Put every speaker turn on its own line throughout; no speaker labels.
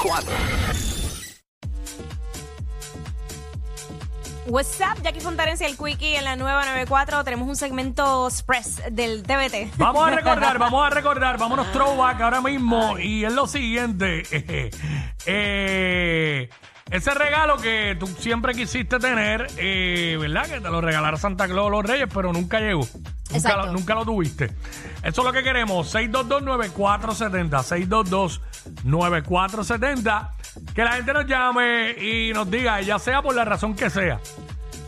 4.
WhatsApp, Jackie Fontanes y el Quickie en la nueva 94. Tenemos un segmento express del TBT.
Vamos a recordar, vamos a recordar, vámonos throwback ahora mismo. Y es lo siguiente. Eh, ese regalo que tú siempre quisiste tener, eh, ¿verdad? Que te lo regalara Santa Claus o los Reyes, pero nunca llegó. Nunca
Exacto.
lo, nunca lo tuviste. Eso es lo que queremos. 622-9470. 622-9470. Que la gente nos llame y nos diga, ya sea por la razón que sea.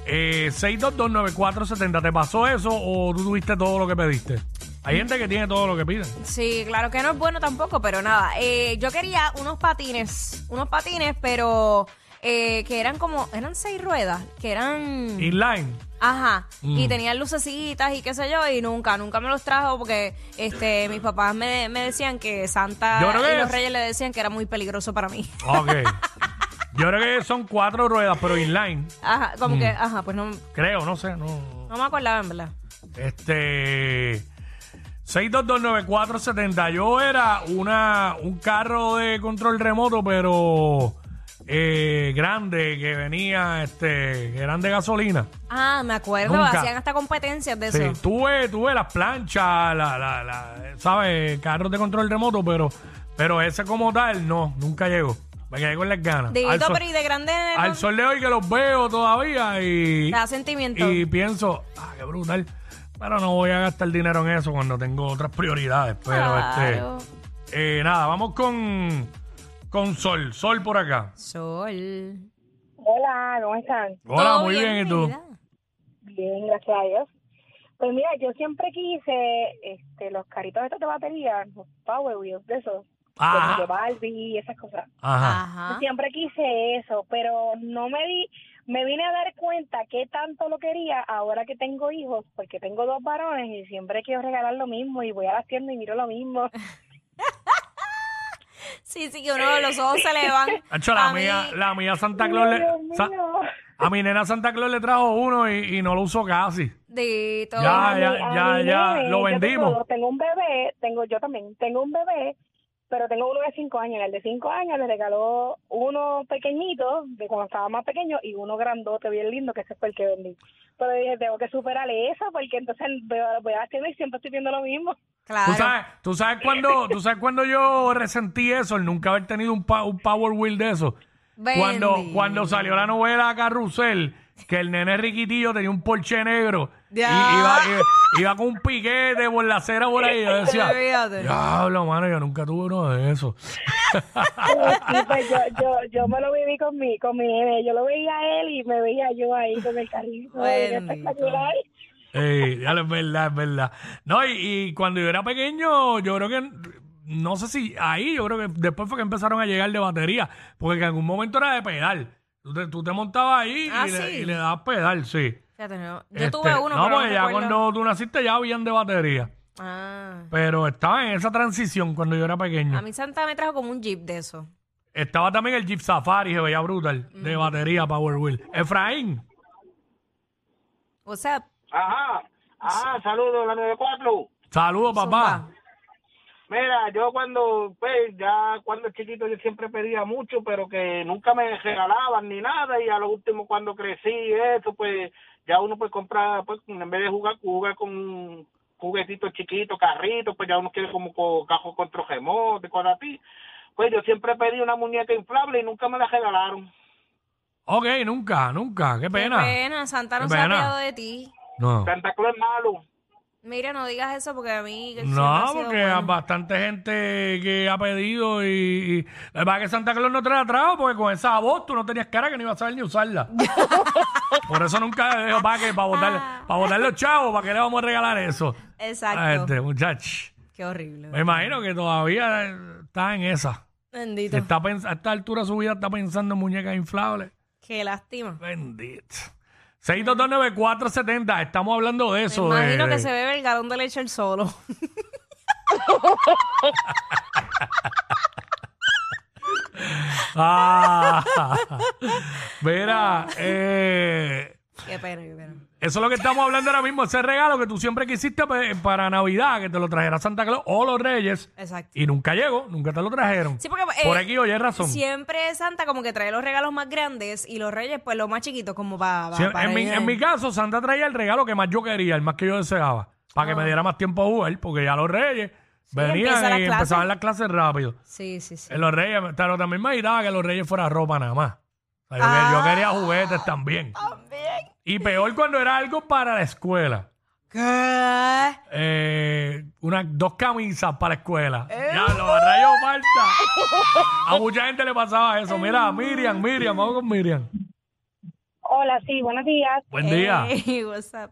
Eh, 6229470, ¿te pasó eso o tú tuviste todo lo que pediste? Hay gente que tiene todo lo que piden.
Sí, claro que no es bueno tampoco, pero nada. Eh, yo quería unos patines, unos patines, pero eh, que eran como, eran seis ruedas, que eran...
Inline.
Ajá,
Mm.
y tenían lucecitas y qué sé yo, y nunca, nunca me los trajo porque este mis papás me, me decían que Santa
Yo creo que
y los
es-
Reyes le decían que era muy peligroso para mí.
Ok. Yo creo que son cuatro ruedas, pero inline.
Ajá,
Mm.
como que, ajá, pues no,
Creo, no sé, no.
no me acordaba en verdad.
Este. 6229470. Yo era una, un carro de control remoto, pero eh, grande, que venía, este, que eran de gasolina.
Ah, me acuerdo,
Nunca.
hacían hasta competencias de
Sí,
eso.
tuve, tuve las planchas, la, la, la, ¿sabes? Carros de control remoto, pero, pero ese como tal, no, nunca llegó. Me quedé con las ganas. Al
Divito,
sol,
pero y de grande ¿no?
al sol de hoy que los veo todavía y,
te da sentimiento.
y pienso, ah, qué brutal. Pero no voy a gastar dinero en eso cuando tengo otras prioridades. Pero
Claro.
este, eh, nada, vamos con, con Sol. Sol por acá.
Sol.
Hola, ¿cómo están?
Hola,
Todo
muy bien, ¿y tú?
vida.
Bien, gracias a Dios. Pues mira, yo siempre quise este, los carritos estos de batería, los Power Wheels, de esos,
Ajá. Ah.
como de Barbie y esas cosas.
Ajá.
Ajá.
Siempre quise eso, pero no me di, me vine a dar cuenta que tanto lo quería ahora que tengo hijos, porque tengo dos varones y siempre quiero regalar lo mismo y voy a las tiendas y miro lo mismo.
Sí, sí, que uno los ojos se le van.
Hacho, la
A mí-
mía, la mía Santa Claus le-
Dios mío.
Sa- A mi nena Santa Claus le trajo uno y, y no lo usó casi.
de todo.
Ya, ya,
A
Este, ya,
mi
ya,
nene,
lo
yo tengo
vendimos.
dos, Tengo, un bebé, tengo yo también, tengo un bebé, pero tengo uno de cinco años. El de cinco años le regaló uno pequeñito, de cuando estaba más pequeño, y uno grandote, bien lindo, que ese fue el que vendí. Pero dije, tengo que superar eso, porque entonces veo- voy haciendo y siempre estoy viendo lo mismo.
Claro.
¿Tú sabes, tú sabes cuando, tú sabes cuando yo resentí eso, el nunca haber tenido un, pa- un Power Wheel de eso.
Bendy.
Cuando, cuando salió la novela Carrusel, que el nene riquitillo tenía un Porsche negro y
Ya.
iba, iba- iba con un piquete por la acera por ahí. Yo decía,
Olvídate.
diablo, mano, yo nunca tuve uno de esos.
Y pues yo, yo, yo me lo viví con mi, con mi nene. Yo lo veía a él y me veía yo ahí con el carrito. y era
Bendito.
espectacular.
Ey, ya lo es verdad, es verdad. No, y, y cuando yo era pequeño, yo creo que, no sé si ahí, yo creo que después fue que empezaron a llegar de batería, porque en algún momento era de pedal. Tú te, tú te montabas ahí
Ah,
y, le,
sí.
y le dabas pedal, sí.
Fíjate, no. Yo
Este,
tuve uno,
No,
pero
porque
no
ya
recuerdo.
cuando tú naciste ya habían de batería.
Ah.
Pero estaba en esa transición cuando yo era
A
pequeño.
mí Santa me trajo como un jeep de eso.
Estaba también el Jeep Safari, se veía brutal, de batería, Power Wheel. Efraín,
O sea,
Ajá, ajá, saludos, la 94.
saludos, papá.
Zumba.
Mira, yo cuando, pues, ya cuando chiquito yo siempre pedía mucho, pero que nunca me regalaban ni nada, y a lo último cuando crecí eso, pues, ya uno pues comprar, pues, en vez de jugar, jugar con juguetitos chiquitos, carritos, pues ya uno quiere como co- cajos con trojemote, con así. Pues yo siempre pedí una muñeca inflable y nunca me la regalaron.
Ok, nunca, nunca, qué
qué
pena.
pena. Santa no
Qué
se ha
pena.
pegado de ti.
No.
Santa Claus es malo.
Mira, no digas eso porque a mí. siempre ha
No,
sido
porque
bueno.
hay bastante gente que ha pedido y, y la verdad que Santa Claus no te la trajo porque con esa voz tú no tenías cara que no ibas a saber ni usarla. Por eso nunca dejo para que para
Ah.
votar para votar los chavos, para que le vamos a regalar eso. A
Exacto.
este muchacho.
Qué horrible.
Me imagino que todavía eh, está en esa.
Bendito.
Está pens- a esta altura de su vida está pensando en muñecas inflables.
Qué lástima.
Bendito. 6229470, estamos hablando de
Me
eso. de-
imagino que
de-
se bebe el galón de leche el solo.
Ah, mira, eh,
Qué pena, qué pena.
Eso es lo que estamos hablando ahora mismo, ese regalo que tú siempre quisiste pe- para Navidad, que te lo trajera Santa Claus o los Reyes,
Exacto.
y nunca llegó, nunca te lo trajeron.
Sí, porque, eh,
Por aquí oye razón.
Siempre Santa como que trae los regalos más grandes y los reyes pues los más chiquitos como pa- pa-
Sí,
para...
en, mi,
ellos.
en mi caso, Santa traía el regalo que más yo quería, el más que yo deseaba, para
Ah.
que me diera más tiempo a jugar, porque ya los Reyes venían
empiezan las
y
clases.
empezaban las clases rápido.
Sí, sí, sí.
En los Reyes, pero también me iraba que los Reyes fuera ropa nada más. O sea, yo,
Ah.
yo quería juguetes también.
También.
Y peor cuando era algo para la escuela.
¿Qué?
Eh, una- dos camisas para la escuela.
Eh.
Ya, lo rayo falta. A mucha gente le pasaba eso.
Eh.
Mira, Miriam, Miriam, vamos con Miriam.
Hola, sí, buenos días.
Buen día.
Eh.
Ey, what's up?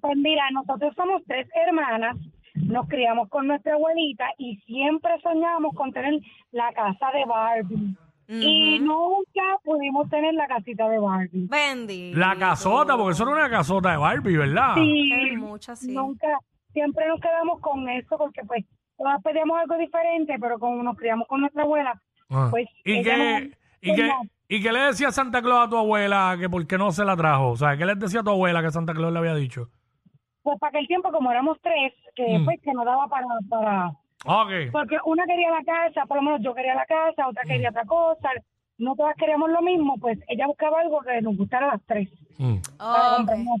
Pues mira, nosotros somos tres hermanas, nos criamos con nuestra abuelita y siempre soñamos con tener la casa de Barbie. Y nunca pudimos tener la casita de Barbie.
Bendy.
La casota, porque eso era una casota de Barbie, ¿verdad?
Sí,
Hay muchas, sí.
nunca, siempre nos quedamos con eso porque pues todas pedíamos algo diferente, pero como nos criamos con nuestra abuela,
Ah.
pues
¿Y,
ella
qué,
no-
y, qué,
no.
¿Y qué le decía Santa Claus a tu abuela que por qué no se la trajo? O sea, ¿qué le decía a tu abuela que Santa Claus le había dicho?
pues para aquel tiempo como éramos tres, que
Mm.
pues que no daba para, para,
Ok.
porque una quería la casa, por lo menos yo quería la casa, otra quería otra cosa, no todas queríamos lo mismo, pues ella buscaba algo que nos gustara a las tres.
Mm.
para
Oh, ok.
comprarnos.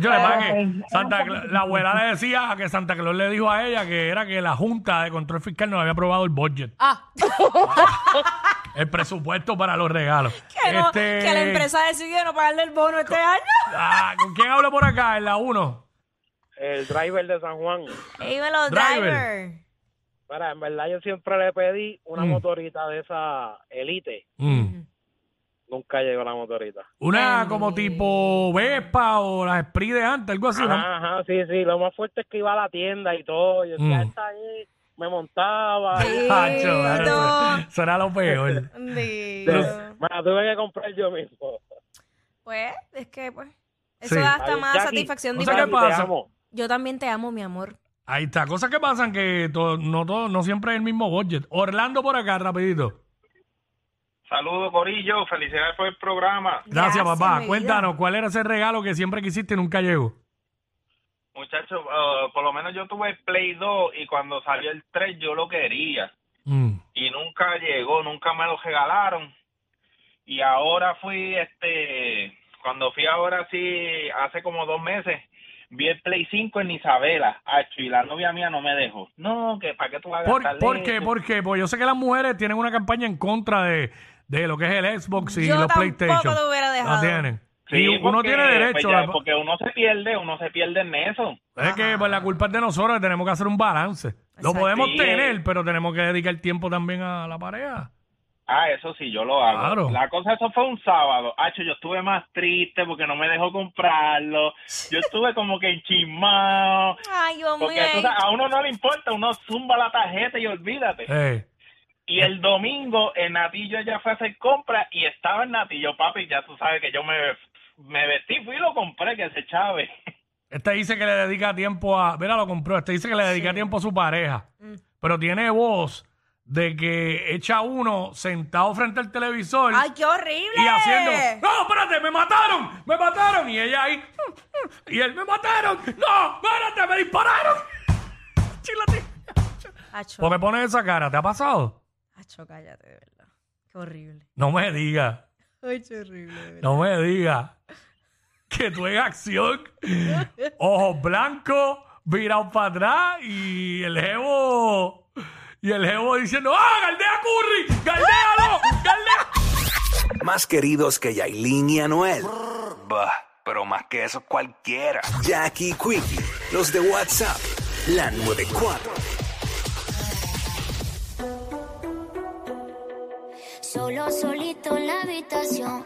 Yo le pasa que
Claro, pues,
Santa
era
Cla-
un poquito
la abuela le decía que Santa Claus le dijo a ella que era que la Junta de Control Fiscal no había aprobado el budget,
Ah,
el presupuesto para los regalos.
que, no-
Este,
que la empresa decidió no pagarle el bono este año.
ah, ¿Con quién hablo por acá? En la 1.
el driver de San Juan.
Dímelo,
Driver.
driver.
Para, en verdad yo siempre le pedí una
Mm.
motorita de esa elite. Nunca llegó la motorita.
Una como tipo Vespa o las Spree de antes, algo así. ¿no?
Ah,
Ajá, ajá, sí, sí. Lo más fuerte es que iba a la tienda y todo. Yo decía,
Mm.
"Esta ahí", me montaba.
Sí.
Hacho, mano, eso- eso era pues, lo peor.
Digo.
Este, Me la tuve que comprar yo mismo.
Pues, es que, pues. Eso
Sí.
da hasta
Ay,
más
Jackie,
satisfacción.
o
Jackie,
sea,
diferente.
¿qué
te
pasa?
amo.
Yo también te amo, mi amor.
Ahí está, cosas que pasan que to- no, todo, no siempre es el mismo budget. Orlando por acá, rapidito.
Saludos, Corillo. Felicidades por el programa.
Gracias,
Gracias, mi
papá.
vida.
Cuéntanos, ¿cuál era ese regalo que siempre quisiste y nunca llegó?
Muchachos, eh, por lo menos yo tuve el Play 2 y cuando salió el 3 yo lo quería.
Mm.
y nunca llegó, nunca me lo regalaron. Y ahora fui, este, cuando fui ahora sí, hace como dos meses, vi el Play 5 en Isabela, acho, y la novia mía no me dejó. No, que para qué tú vas a
¿Por,
gastarle
¿Por qué?
eso?
¿Por qué? Porque yo sé que las mujeres tienen una campaña en contra de, de lo que es el Xbox y
Yo
los
tampoco
PlayStation.
te hubiera
La
dejado.
tienen.
Sí,
y uno
porque,
tiene
pues,
derecho.
ya,
la-
porque uno se pierde, uno se pierde en eso.
es que pues, la culpa es de nosotros, que tenemos que hacer un balance. Lo
Exacto.
podemos
Sí.
tener, pero tenemos que dedicar tiempo también a la pareja.
Ah, eso sí, yo lo hago.
Claro.
La cosa, eso fue un sábado. Hacho, yo estuve más triste porque no me dejó comprarlo. Yo estuve como que enchismado.
Ay, Dios mío.
Porque tú sabes, a uno no le importa, uno zumba la tarjeta y olvídate.
Eh,
Y el domingo en Natillo ya fue a hacer compras y estaba en Natillo, papi, ya tú sabes que yo me, me vestí, fui y lo compré, que se chave.
este dice que le dedica tiempo a. Mira, lo compró. Este dice que le dedica tiempo a su pareja.
Mm.
Pero tiene voz de que echa uno sentado frente al televisor.
Ay, qué horrible.
y haciendo, no, espérate, me mataron, me mataron. Y ella ahí, y él, me mataron, no, espérate, me dispararon. Chílate.
Acho,
¿Por qué pones esa cara? ¿Te ha pasado?
acho, cállate, de verdad. Qué horrible.
No me digas,
Ay, qué horrible, de verdad.
no me digas que tú en acción, ojos blancos, virado para atrás y el jevo, y el jevo diciendo, ah, galdea Curry, galdealo, galdea.
Más queridos que Yailin y Anuel. Bah, pero más que eso cualquiera. Jackie Quickie, los de WhatsApp, la 94.
Solo solito en la habitación.